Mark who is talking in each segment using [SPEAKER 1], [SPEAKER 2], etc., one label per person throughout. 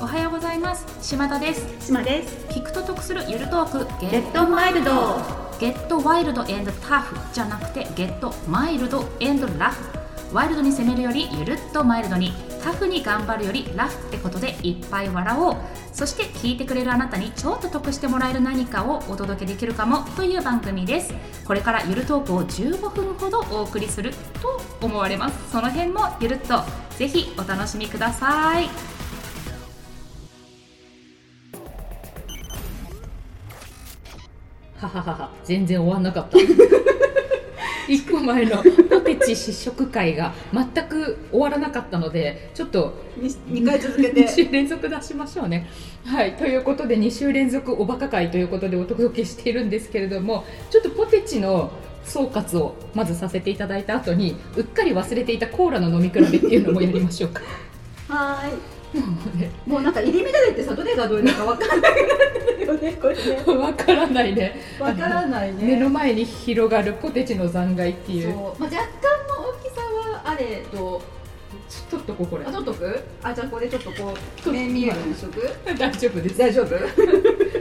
[SPEAKER 1] おはようございます島田です
[SPEAKER 2] 島です
[SPEAKER 1] 聞くと得するゆるトーク
[SPEAKER 2] ゲットマイルド
[SPEAKER 1] ゲットワイルドエンドタフじゃなくてゲットマイルドエンドラフワイルドに攻めるよりゆるっとマイルドにタフに頑張るよりラフってことでいっぱい笑おうそして聞いてくれるあなたにちょっと得してもらえる何かをお届けできるかもという番組ですこれからゆるトークを15分ほどお送りすると思われますその辺もゆるっとぜひお楽しみくださいはははは全然終わんなかった一個前のポテチ試食会が全く終わらなかったのでちょっと
[SPEAKER 2] 2回続け
[SPEAKER 1] 2
[SPEAKER 2] て
[SPEAKER 1] 週連続出しましょうね。はい、ということで2週連続おバカ会ということでお届けしているんですけれどもちょっとポテチの総括をまずさせていただいた後にうっかり忘れていたコーラの飲み比べっていうのもやりましょうか。
[SPEAKER 2] はーい
[SPEAKER 1] もうね
[SPEAKER 2] もうなんか入り乱れてさどれがどれだかわからなくなってるよねこれね
[SPEAKER 1] わからないね
[SPEAKER 2] わからないね
[SPEAKER 1] 目の前に広がるポテチの残骸っていう
[SPEAKER 2] そう、まあ、若干の大きさはあれと
[SPEAKER 1] ちょっとここれ
[SPEAKER 2] あ取っとくあじゃあこれちょっとこ
[SPEAKER 1] ちょ
[SPEAKER 2] う
[SPEAKER 1] っと
[SPEAKER 2] 面見えるようにしとく
[SPEAKER 1] 大丈夫です
[SPEAKER 2] 大丈夫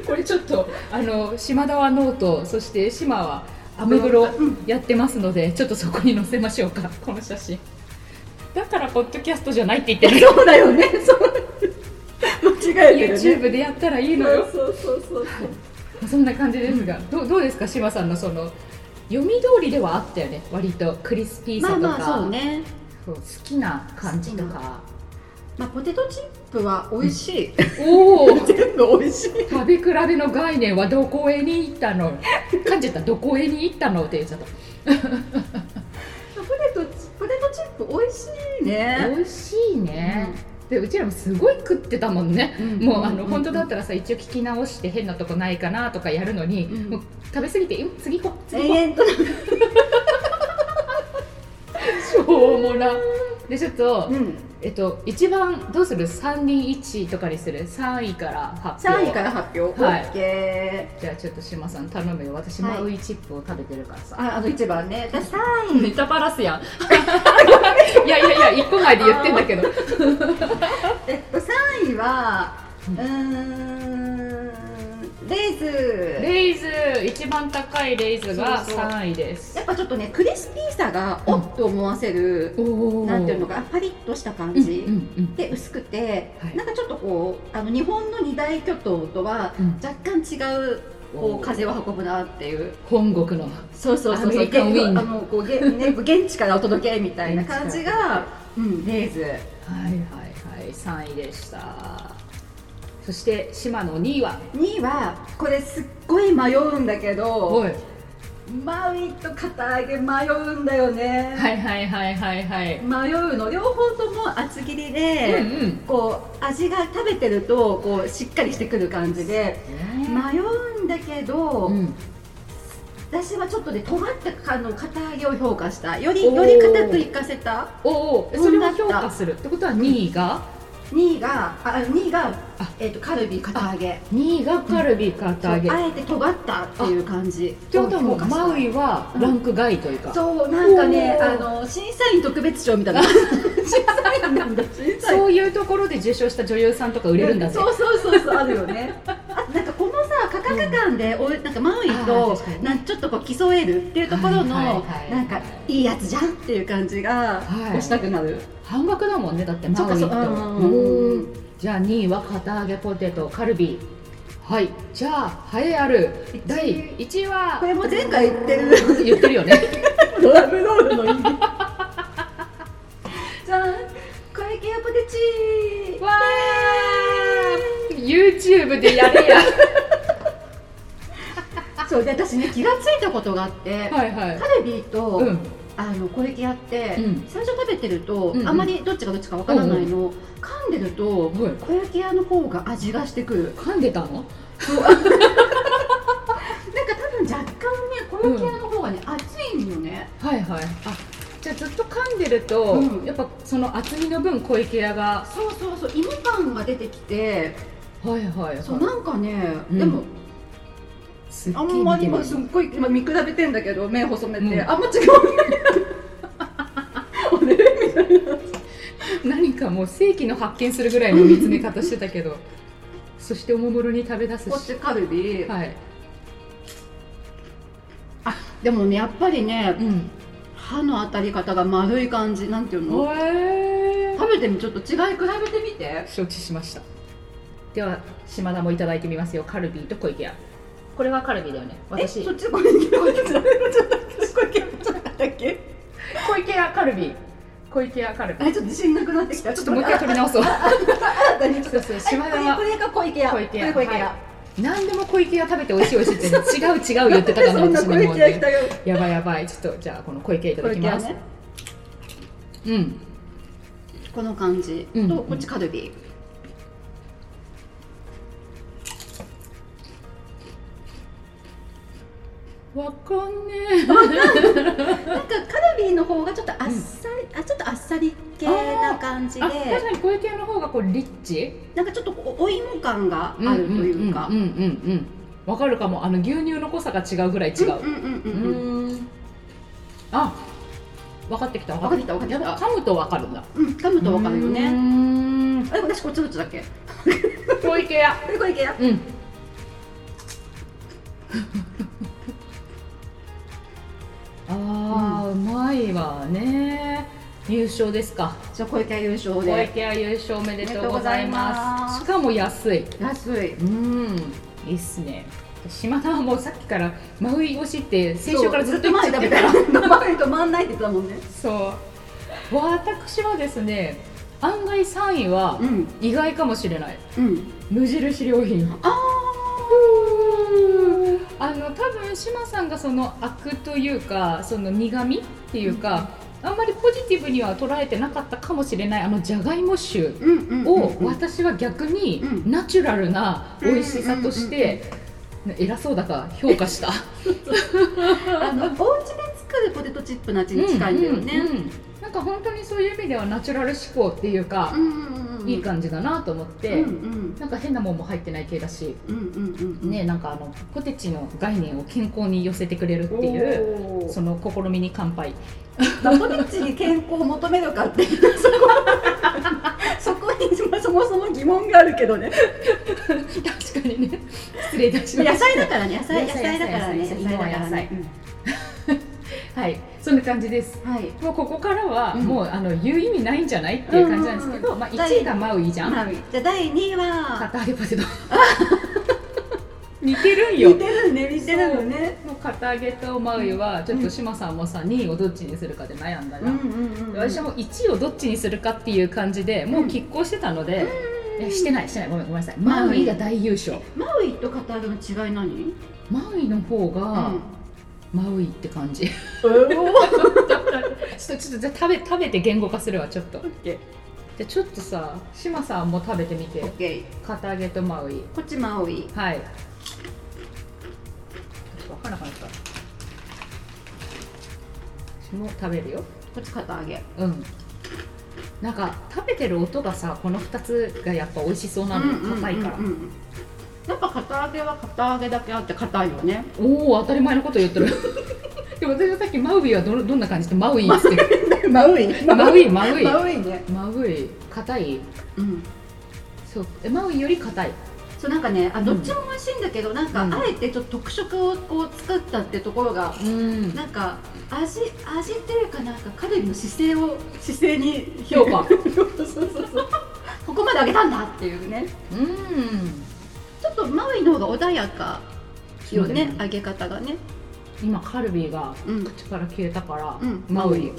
[SPEAKER 1] これちょっとあの島田はノートそして島はアメブロやってますので、ちょっとそこに載せましょ うかこの写真だからポッドキャストじゃないって言って る
[SPEAKER 2] そうだよねそう間違えてるね
[SPEAKER 1] YouTube でやったらいいのよ
[SPEAKER 2] そうそうそうそう
[SPEAKER 1] そんな感じですがどうどうですか島さんのその読み通りではあったよね割とクリスピーさ
[SPEAKER 2] まあ
[SPEAKER 1] とか、
[SPEAKER 2] まあそうね
[SPEAKER 1] そう好きな感じとか
[SPEAKER 2] まあポテトチップは美味しい
[SPEAKER 1] おお
[SPEAKER 2] 全部美味しい
[SPEAKER 1] 食べ比べの概念はどこへに行ったの 感じたどこへに行ったのって言っちゃった
[SPEAKER 2] ポテトチポテトチップ美味しいね、
[SPEAKER 1] 美味しいね、でうちらもすごい食ってたもんね、もうあの、本当だったらさ一応聞き直して変なとこないかなとかやるのに、
[SPEAKER 2] うん
[SPEAKER 1] もう食べ過ぎてうん次行こう次行こ
[SPEAKER 2] 永遠と
[SPEAKER 1] うしょうもなでちょっと、
[SPEAKER 2] うん
[SPEAKER 1] えっと一番どうする3人1位とかにする3位から発
[SPEAKER 2] 3
[SPEAKER 1] 表
[SPEAKER 2] 位から発表、
[SPEAKER 1] はい
[SPEAKER 2] OK
[SPEAKER 1] じゃあちょっと島さん頼むよ私
[SPEAKER 2] はい
[SPEAKER 1] マウイチップを食べてるからさ、
[SPEAKER 2] ああの一番ね私3
[SPEAKER 1] ネタバラスやん いやいやいや1個前で言ってんだけど
[SPEAKER 2] 位えっと3位は
[SPEAKER 1] う
[SPEAKER 2] うんーんレイズ
[SPEAKER 1] レイズ一番高いレイズが
[SPEAKER 2] そうそう
[SPEAKER 1] 3位です
[SPEAKER 2] やっぱちょっとねクリスピーさが
[SPEAKER 1] うん
[SPEAKER 2] おっと思わせる、
[SPEAKER 1] おー
[SPEAKER 2] なんていうのかパリッとした感
[SPEAKER 1] うん
[SPEAKER 2] じ、
[SPEAKER 1] うんうん
[SPEAKER 2] で薄くて、
[SPEAKER 1] はい
[SPEAKER 2] なんかちょっとこうあの日本の二大巨頭とは
[SPEAKER 1] うん
[SPEAKER 2] 若干違うこう風を運ぶなっていう
[SPEAKER 1] 本国の
[SPEAKER 2] そうそうそう
[SPEAKER 1] アメリカンウィング
[SPEAKER 2] あのこうげ、ね、現地からお届けみたいな感じが、うん、レイズ
[SPEAKER 1] はいはいはい3位でしたそして島の2位は
[SPEAKER 2] 2位はこれすっごい迷うんだけど
[SPEAKER 1] い
[SPEAKER 2] マウイと肩上げ迷うんだよね、
[SPEAKER 1] はいはいはいはいはい
[SPEAKER 2] 迷うの両方とも厚切りで、
[SPEAKER 1] うん
[SPEAKER 2] こう味が食べてるとこうしっかりしてくる感じで
[SPEAKER 1] ま
[SPEAKER 2] 迷うんだけど、
[SPEAKER 1] うん
[SPEAKER 2] 私はちょっとね尖ったあの肩上げを評価したより
[SPEAKER 1] おー
[SPEAKER 2] より硬くいかせた
[SPEAKER 1] おおそれを評価するってことは2位が
[SPEAKER 2] 2位があ2位が
[SPEAKER 1] あ、
[SPEAKER 2] えー、とカルビ肩上げ
[SPEAKER 1] 2位がカルビ肩上げっ
[SPEAKER 2] そうあえて尖ったっていう感じ
[SPEAKER 1] てことはもう
[SPEAKER 2] を評価した
[SPEAKER 1] マウイはランク外というか
[SPEAKER 2] そうなんかね
[SPEAKER 1] おー
[SPEAKER 2] あの審査員特別賞みたいな 審査員なんだ審査員
[SPEAKER 1] そういうところで受賞した女優さんとか売れるんだぜ
[SPEAKER 2] そうそうそうそうあるよね あなんかこのさ価格感で、おなんかマウイ
[SPEAKER 1] あー
[SPEAKER 2] と
[SPEAKER 1] 確かに
[SPEAKER 2] なんちょっとこう競えるっていうところの、
[SPEAKER 1] はいはいはい
[SPEAKER 2] なんかいいやつじゃんっていう感じが、
[SPEAKER 1] はい
[SPEAKER 2] したくなる
[SPEAKER 1] 半額だもんねだって
[SPEAKER 2] そっ
[SPEAKER 1] マウ
[SPEAKER 2] か
[SPEAKER 1] イ
[SPEAKER 2] そ
[SPEAKER 1] と
[SPEAKER 2] っかうん
[SPEAKER 1] うーんじゃあ2位は片揚げポテトカルビはいじゃあ栄えある
[SPEAKER 2] 一位
[SPEAKER 1] 第1位は
[SPEAKER 2] これも前回言ってる
[SPEAKER 1] 言ってるよね
[SPEAKER 2] ドラ ムロールの意味 じゃん小池屋ポテチ
[SPEAKER 1] わー YouTube でやれや
[SPEAKER 2] そうで私ね気がついたことがあって、
[SPEAKER 1] はいはい
[SPEAKER 2] カルビーと、
[SPEAKER 1] うん
[SPEAKER 2] あの小池屋って、
[SPEAKER 1] うん
[SPEAKER 2] 最初食べてると、
[SPEAKER 1] うんうん
[SPEAKER 2] あんまりどっちがどっちかわからないの、噛んでると、
[SPEAKER 1] はい
[SPEAKER 2] 小雪屋の方が味がしてくる
[SPEAKER 1] 噛んでたの
[SPEAKER 2] なんか多分若干ね小雪屋の方がね、熱いのね
[SPEAKER 1] はいはいあじゃあずっと噛んでると、
[SPEAKER 2] うん
[SPEAKER 1] やっぱその厚みの分小池屋がは
[SPEAKER 2] そうそうそう芋感が出てきて
[SPEAKER 1] いはいはい
[SPEAKER 2] そうなんかね、
[SPEAKER 1] うん
[SPEAKER 2] でも
[SPEAKER 1] すっげ
[SPEAKER 2] あ
[SPEAKER 1] え
[SPEAKER 2] んまり
[SPEAKER 1] 似て
[SPEAKER 2] 今
[SPEAKER 1] る
[SPEAKER 2] すっごい今見比べてんだけど目細めて、
[SPEAKER 1] うん
[SPEAKER 2] あんま違うねあれ
[SPEAKER 1] 何かもう世紀の発見するぐらいの見つめ方してたけど そしておもむろに食べ出す
[SPEAKER 2] こっ
[SPEAKER 1] し
[SPEAKER 2] ちカルビ、
[SPEAKER 1] はい
[SPEAKER 2] でもねやっぱりね
[SPEAKER 1] うん
[SPEAKER 2] 歯の当たり方が丸い感じなんていうの
[SPEAKER 1] え
[SPEAKER 2] 食べてみちょっと違い比べてみて
[SPEAKER 1] 承知しましたでは島田もいただいてみますよカルビーと小池屋これはカルビーだよね
[SPEAKER 2] え
[SPEAKER 1] 私
[SPEAKER 2] そっちこれこれちょっと私これちょっとだっけ
[SPEAKER 1] 小池屋カルビー小池屋カルビ
[SPEAKER 2] あ
[SPEAKER 1] ー
[SPEAKER 2] れちょっと自信なくなってきた
[SPEAKER 1] ちょっともう一回取り直そう
[SPEAKER 2] 新たにちょっと
[SPEAKER 1] そうそう島田
[SPEAKER 2] こ
[SPEAKER 1] は
[SPEAKER 2] れこれが小池屋
[SPEAKER 1] 小池屋
[SPEAKER 2] これ小池屋、
[SPEAKER 1] は何でも小池屋食べて美味しい美味しいって違う違う言ってたから
[SPEAKER 2] そんな
[SPEAKER 1] 私
[SPEAKER 2] 小
[SPEAKER 1] のもう
[SPEAKER 2] 池屋来
[SPEAKER 1] ね
[SPEAKER 2] たよ
[SPEAKER 1] やばいやばいちょっとじゃあこの小池屋いた
[SPEAKER 2] 小
[SPEAKER 1] だき
[SPEAKER 2] 池屋
[SPEAKER 1] ます、
[SPEAKER 2] ね
[SPEAKER 1] うん
[SPEAKER 2] この感じと、
[SPEAKER 1] うん
[SPEAKER 2] こっちカルビ
[SPEAKER 1] わかんね
[SPEAKER 2] なんかカルビの方がちょっとあっさり、あちょっとあっさり系な感じ
[SPEAKER 1] え
[SPEAKER 2] で
[SPEAKER 1] あ確かに小池屋の方がこうリッチ
[SPEAKER 2] なんかちょっとおお芋感があるというか
[SPEAKER 1] うんうんうんうんうんわかるかもあの牛乳の濃さが違うぐらい違
[SPEAKER 2] う
[SPEAKER 1] う
[SPEAKER 2] んうんう
[SPEAKER 1] うん
[SPEAKER 2] うん
[SPEAKER 1] ーんあ分かってきた分
[SPEAKER 2] わ
[SPEAKER 1] か
[SPEAKER 2] か
[SPEAKER 1] っ
[SPEAKER 2] ってて
[SPEAKER 1] き
[SPEAKER 2] き
[SPEAKER 1] た
[SPEAKER 2] たわかってきた
[SPEAKER 1] 噛むと分かるんだ
[SPEAKER 2] うん噛むとわかるよ
[SPEAKER 1] うー
[SPEAKER 2] ね
[SPEAKER 1] ん
[SPEAKER 2] あれ私こっちどっちだっけ
[SPEAKER 1] 小池屋
[SPEAKER 2] これ小池屋
[SPEAKER 1] うんあー、うまいわね優勝ですか
[SPEAKER 2] じゃあ小池屋優勝
[SPEAKER 1] 小
[SPEAKER 2] で
[SPEAKER 1] 池屋優勝おめでとうございますしかも安い
[SPEAKER 2] 安いう
[SPEAKER 1] ーんいいっすね島田はもうさっきからマウイ推しって先週からずっと言っちゃってるから
[SPEAKER 2] そうずっと前だ前と回んないって言ってたもんね
[SPEAKER 1] そう私はですね案外3位は
[SPEAKER 2] うん
[SPEAKER 1] 意外かもしれない
[SPEAKER 2] うん
[SPEAKER 1] 無印良品
[SPEAKER 2] あ
[SPEAKER 1] あの多分志麻さんがその悪というかその苦味っていうか、あんまりポジティブには捉えてなかったかもしれないあのじゃがいも臭
[SPEAKER 2] うんうん
[SPEAKER 1] を
[SPEAKER 2] うん
[SPEAKER 1] 私は逆に
[SPEAKER 2] う
[SPEAKER 1] ナチュラルな美味しさとして偉そうだから評 価した
[SPEAKER 2] あのお家で作るポテトチップの味に近いんだよ
[SPEAKER 1] うんう
[SPEAKER 2] ね
[SPEAKER 1] んうんなんか本当にそういう意味ではナチュラル思考っていうか
[SPEAKER 2] う、んうんうん
[SPEAKER 1] いい感じだなと思って、
[SPEAKER 2] うんうん
[SPEAKER 1] なんか変なもんも入ってない系だし
[SPEAKER 2] うんうんうんうん
[SPEAKER 1] ねなんかあのポテチの概念を健康に寄せてくれるっていう
[SPEAKER 2] おー
[SPEAKER 1] その試みに乾杯
[SPEAKER 2] ナポリッチに健康を求めるかっていうそこそこにそもそも疑問があるけどね
[SPEAKER 1] 確かにね失礼いたしま
[SPEAKER 2] 野
[SPEAKER 1] した
[SPEAKER 2] 菜だからね野菜
[SPEAKER 1] 野
[SPEAKER 2] 野
[SPEAKER 1] 菜
[SPEAKER 2] 菜だからね
[SPEAKER 1] 野菜野菜
[SPEAKER 2] だからね
[SPEAKER 1] はいそんな感じです
[SPEAKER 2] うんはい
[SPEAKER 1] もうここからは、
[SPEAKER 2] うん
[SPEAKER 1] もうあの言う意味ないんじゃないっていう感じなんですけど、
[SPEAKER 2] うんうんうん
[SPEAKER 1] まあ、1位がマウイじゃん
[SPEAKER 2] まあじゃあ第2位は
[SPEAKER 1] 片揚げポテト似てるんよ
[SPEAKER 2] 似てるね似てるのね
[SPEAKER 1] もう片揚げとマウイはちょっと志麻さんもさ2位をどっちにするかで悩んだ
[SPEAKER 2] う
[SPEAKER 1] ら、
[SPEAKER 2] んうんうんうん
[SPEAKER 1] 私はもう1位をどっちにするかっていう感じでもう拮抗してたので、いやしてないしてないごめんごめんなさいマウイが大優勝
[SPEAKER 2] マウイとカタールの違い何
[SPEAKER 1] マウイの方が
[SPEAKER 2] うん
[SPEAKER 1] マウイって感じ ちょっとちょっとじゃあ食べ食べて言語化するわちょっと
[SPEAKER 2] ケー
[SPEAKER 1] でちょっとさ志麻さんも食べてみて
[SPEAKER 2] オッケー
[SPEAKER 1] 片揚げとマウイ
[SPEAKER 2] こっちマウイ
[SPEAKER 1] はいちょっと分からなかった私も食べるよ
[SPEAKER 2] こっち肩上げ
[SPEAKER 1] うんなんか食べてる音がさこの2つがやっぱ美味しそうな
[SPEAKER 2] うんうんうんう
[SPEAKER 1] の
[SPEAKER 2] ん
[SPEAKER 1] 硬いから
[SPEAKER 2] やっぱ肩上げは肩上げだけあって硬いよね
[SPEAKER 1] おお当たり前のこと言ってる でも私はさっきマウイはどのどんな感じってマウイっつっ て
[SPEAKER 2] マウイ
[SPEAKER 1] マウイマウイ
[SPEAKER 2] マウイね
[SPEAKER 1] マウイ硬い
[SPEAKER 2] うん
[SPEAKER 1] そうえマウイより硬い
[SPEAKER 2] そうなんかねあ
[SPEAKER 1] ん
[SPEAKER 2] どっちも美味しいんだけど、なんか、
[SPEAKER 1] うん
[SPEAKER 2] あえてちょっと特色をこう作ったってところが、
[SPEAKER 1] うん
[SPEAKER 2] なんか味味っていうかなんかカルビの姿勢を姿勢に
[SPEAKER 1] 評価
[SPEAKER 2] そうそうそう ここまで上げたんだっていうね
[SPEAKER 1] うん
[SPEAKER 2] ちょっとマウイの方が穏やかよね
[SPEAKER 1] そうだ
[SPEAKER 2] 揚げ方がね
[SPEAKER 1] 今カルビーが
[SPEAKER 2] うん
[SPEAKER 1] 口から消えたから、
[SPEAKER 2] うん
[SPEAKER 1] マウイ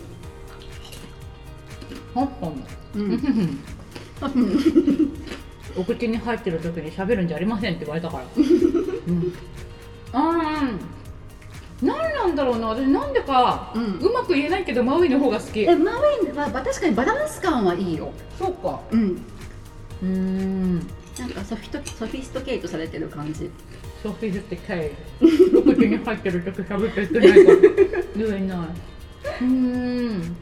[SPEAKER 1] 香港
[SPEAKER 2] う
[SPEAKER 1] うんんお口に入ってる時に喋るんじゃありませんって言われた から、うん、あー何なんだろうな私なんでか、
[SPEAKER 2] う
[SPEAKER 1] うんまく言えないけどマウイの方が好き
[SPEAKER 2] えマウイは確かにバランス感はいいよ
[SPEAKER 1] そうか
[SPEAKER 2] うん
[SPEAKER 1] うーん
[SPEAKER 2] なんかソフィトソフィストケイトされてる感じ
[SPEAKER 1] ソフィスティカイお口に入ってる時喋っちゃいけないから 言えないうーん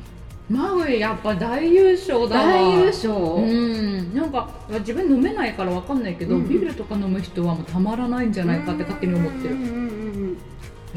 [SPEAKER 1] マウイやっぱ大優勝だわ
[SPEAKER 2] 大優勝
[SPEAKER 1] うんなんか自分飲めないからわかんないけど、
[SPEAKER 2] うん
[SPEAKER 1] ビールとか飲む人はもうたまらないんじゃないかって勝手に思ってる
[SPEAKER 2] うんうんうんうん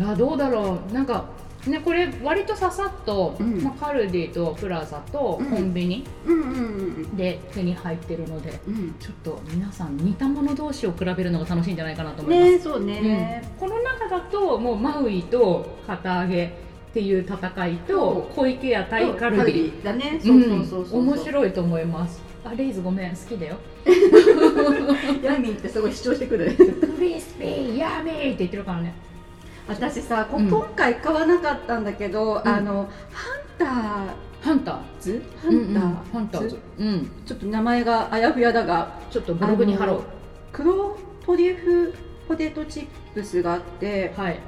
[SPEAKER 1] いやどうだろうなんかね、これ割とささっと、
[SPEAKER 2] うん
[SPEAKER 1] まあ、カルディとプラザとコ
[SPEAKER 2] うん
[SPEAKER 1] ンビニ
[SPEAKER 2] うんうん
[SPEAKER 1] で手に入ってるので、
[SPEAKER 2] うん
[SPEAKER 1] ちょっと皆さん似たもの同士を比べるのが楽しいんじゃないかなと
[SPEAKER 2] うん
[SPEAKER 1] 思います、
[SPEAKER 2] ねそうね、
[SPEAKER 1] この中だともうマウイと旗揚げっていう戦いと
[SPEAKER 2] そう
[SPEAKER 1] 小池屋
[SPEAKER 2] カ
[SPEAKER 1] 対カルディ
[SPEAKER 2] だね
[SPEAKER 1] う
[SPEAKER 2] そ
[SPEAKER 1] ん
[SPEAKER 2] うそうそうそう、
[SPEAKER 1] 面白いと思いますあレイズごめん好きだよ
[SPEAKER 2] ヤミーってすごい主張してくる
[SPEAKER 1] クリスピーやめーって言ってるからね
[SPEAKER 2] 私さ、こ
[SPEAKER 1] うん
[SPEAKER 2] 今回買わなかったんだけど、
[SPEAKER 1] ん
[SPEAKER 2] あのハンター
[SPEAKER 1] ハンター
[SPEAKER 2] ズハ
[SPEAKER 1] うんうん
[SPEAKER 2] ンター、
[SPEAKER 1] ハンターズうん
[SPEAKER 2] ちょっと名前があやふやだが
[SPEAKER 1] ちょっとブログに貼ろう
[SPEAKER 2] 黒トリュフポテトチップスがあって
[SPEAKER 1] はい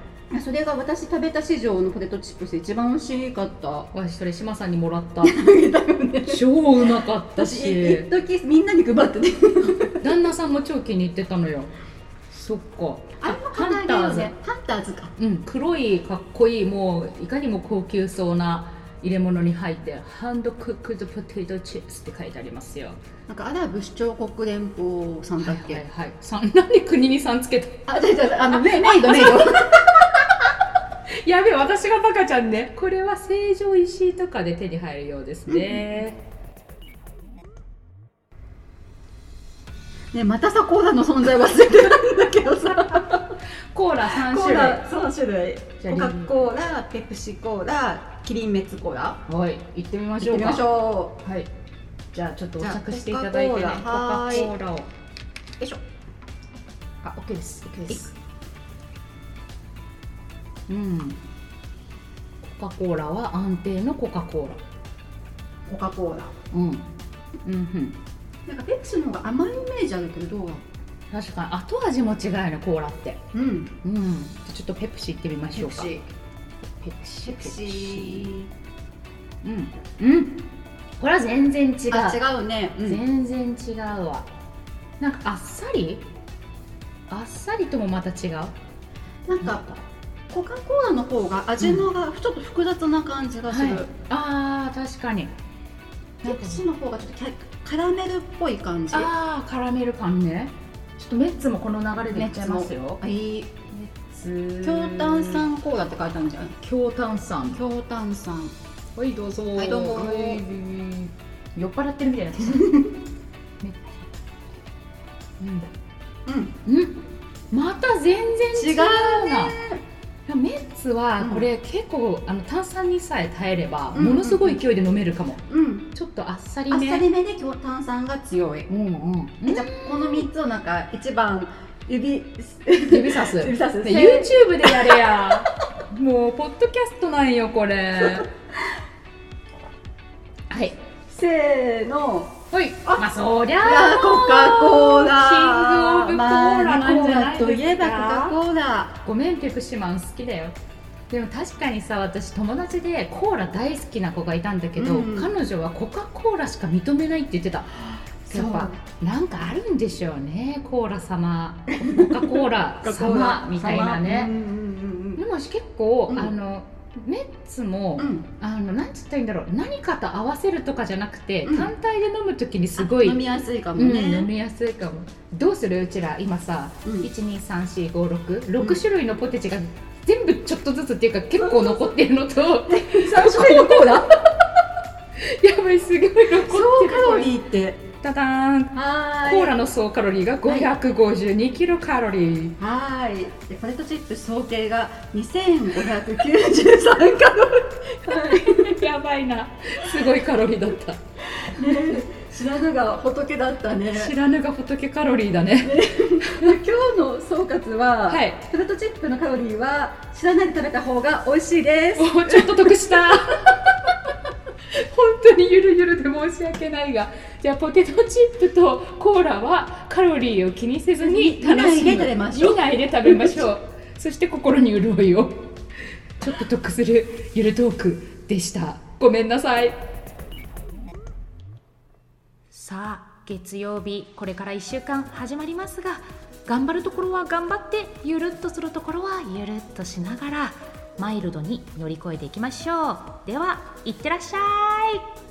[SPEAKER 2] それが私食べた史上のポテトチップス一番美味しかった
[SPEAKER 1] 私それ島さんにもらった
[SPEAKER 2] だよね
[SPEAKER 1] 超うまかった
[SPEAKER 2] 私
[SPEAKER 1] し
[SPEAKER 2] 一時みんなに配ってて
[SPEAKER 1] 旦那さんも超気に入ってたのよそっかハンターズ
[SPEAKER 2] ハンターズか
[SPEAKER 1] うん、黒いかっこいいもういかにも高級そうな入れ物に入ってハンドクックドポテトチップスって書いてありますよ
[SPEAKER 2] なんかアラブ首長国連邦さんだっけ、
[SPEAKER 1] はいはいはいさんなんで国にさんつけた
[SPEAKER 2] あ違う違うあのメイメイドメイド
[SPEAKER 1] やべえ私がバカちゃんねこれは成城石井とかで手に入るようですね
[SPEAKER 2] ねまたさコーラの存在忘れてるんだけどさ
[SPEAKER 1] コーラ3
[SPEAKER 2] コー
[SPEAKER 1] 種類
[SPEAKER 2] ラ3種類
[SPEAKER 1] じゃあ
[SPEAKER 2] コカ・コーラペプシコーラキリンメッツコーラ
[SPEAKER 1] はい行ってみまし
[SPEAKER 2] 行
[SPEAKER 1] ょ
[SPEAKER 2] っ
[SPEAKER 1] う
[SPEAKER 2] てみま
[SPEAKER 1] か
[SPEAKER 2] しょ
[SPEAKER 1] はいじゃあちょっとお
[SPEAKER 2] じゃあ
[SPEAKER 1] 着していただいてね
[SPEAKER 2] コカコーラ
[SPEAKER 1] コカ・
[SPEAKER 2] は
[SPEAKER 1] コ
[SPEAKER 2] ーい
[SPEAKER 1] ーラを
[SPEAKER 2] うよいしょ
[SPEAKER 1] あ OK です OK ですうんコカ・コーラは安定のコカ・コーラ
[SPEAKER 2] コカ・コーラ
[SPEAKER 1] うん、うんうん、
[SPEAKER 2] なんかペプシの方が甘いイメージあるけどどう
[SPEAKER 1] 確かに後味も違うよねコーラって
[SPEAKER 2] うん
[SPEAKER 1] うんちょっとペプシ行ってみましょうか
[SPEAKER 2] ペ
[SPEAKER 1] ペプシ
[SPEAKER 2] ペプシ
[SPEAKER 1] うんうんこれは全然違う
[SPEAKER 2] あ違うね、うん、
[SPEAKER 1] 全然違うわなんかあっさりあっさりともまた違う
[SPEAKER 2] なんかコカ・コーラの方が味のがちょっと複雑な感じがする、
[SPEAKER 1] はいあー確かに
[SPEAKER 2] ペプシの方がちょっとキャカラメルっぽい感じ
[SPEAKER 1] あーカラメル感ねちょっとメッツもこの流れでいっちゃいますよ
[SPEAKER 2] いい
[SPEAKER 1] メッツ
[SPEAKER 2] 強炭酸コーラって書いてあるんじゃない
[SPEAKER 1] 強炭酸
[SPEAKER 2] 強炭酸
[SPEAKER 1] はいどうぞ
[SPEAKER 2] はいどうも
[SPEAKER 1] い酔っ払ってるみたいな めっ
[SPEAKER 2] うん
[SPEAKER 1] うんうんまた全然違うな違う、メッツは
[SPEAKER 2] うん
[SPEAKER 1] これ結構、あの炭酸にさえ耐えれば
[SPEAKER 2] うんうんう
[SPEAKER 1] も
[SPEAKER 2] ん
[SPEAKER 1] のすごい勢いで飲めるかも、
[SPEAKER 2] うん
[SPEAKER 1] ちょっとあっさり
[SPEAKER 2] あっ
[SPEAKER 1] め
[SPEAKER 2] さりめで強炭酸が強い
[SPEAKER 1] うんうん
[SPEAKER 2] じゃあこの3つをなんか一番指
[SPEAKER 1] 指さす、
[SPEAKER 2] 指
[SPEAKER 1] ね、
[SPEAKER 2] さす
[SPEAKER 1] YouTube でやれや もうポッドキャストなんよこ れはい
[SPEAKER 2] せーの
[SPEAKER 1] はい
[SPEAKER 2] あ
[SPEAKER 1] まあそりゃ
[SPEAKER 2] コ
[SPEAKER 1] あ
[SPEAKER 2] カ・コーラ
[SPEAKER 1] キングオブコーラなんじゃないです
[SPEAKER 2] コ
[SPEAKER 1] か
[SPEAKER 2] ーラといえばコカ・コーラ
[SPEAKER 1] ごめんペプシマン好きだよでも確かにさ私友達でコーラ大好きな子がいたんだけど、
[SPEAKER 2] うん
[SPEAKER 1] 彼女はコカ・コーラしか認めないって言ってた
[SPEAKER 2] そ
[SPEAKER 1] や
[SPEAKER 2] う
[SPEAKER 1] っぱなんかあるんでしょうねコーラ様コカ・コーラ様みたいな
[SPEAKER 2] う
[SPEAKER 1] ね
[SPEAKER 2] んうん
[SPEAKER 1] でも結構、
[SPEAKER 2] うん
[SPEAKER 1] あのメッツも、
[SPEAKER 2] うんうん
[SPEAKER 1] あのなんつったらいいんだろう何かと合わせるとかじゃなくて、
[SPEAKER 2] うん
[SPEAKER 1] 単体で飲む時にすごい
[SPEAKER 2] 飲みやすいかも
[SPEAKER 1] うん、飲
[SPEAKER 2] ね
[SPEAKER 1] みやすいかもどうするうちら今さ、
[SPEAKER 2] うん
[SPEAKER 1] 123456種類のポテチが全部ちょっとずつっていうか結構残ってるのと
[SPEAKER 2] 3種類のコーラ
[SPEAKER 1] やばいすごい残ってる
[SPEAKER 2] 総カロリーって
[SPEAKER 1] ダダーン
[SPEAKER 2] は
[SPEAKER 1] コーラの総カロリーが552キロカロリー、
[SPEAKER 2] はーい。でポテトチップス総計が2593カロ
[SPEAKER 1] やばいなすごいカロリーだった
[SPEAKER 2] 知らぬが仏だったね。
[SPEAKER 1] 知らぬが仏カロリーだね
[SPEAKER 2] 今日の総括は、
[SPEAKER 1] はい
[SPEAKER 2] ポテトチップのカロリーは知らないで食べた方が美味しいです。
[SPEAKER 1] おちょっと得した 本当にゆるゆるで申し訳ないがじゃあポテトチップとコーラはカロリーを気にせずに楽しむ
[SPEAKER 2] 見ないで食べましょう
[SPEAKER 1] 見ないで食べましょうそして心に潤いをちょっと得するゆるトークでしたごめんなさい
[SPEAKER 3] さあ月曜日これから1週間始まりますが頑張るところは頑張ってゆるっとするところはゆるっとしながらマイルドに乗り越えていきましょうではいってらっしゃい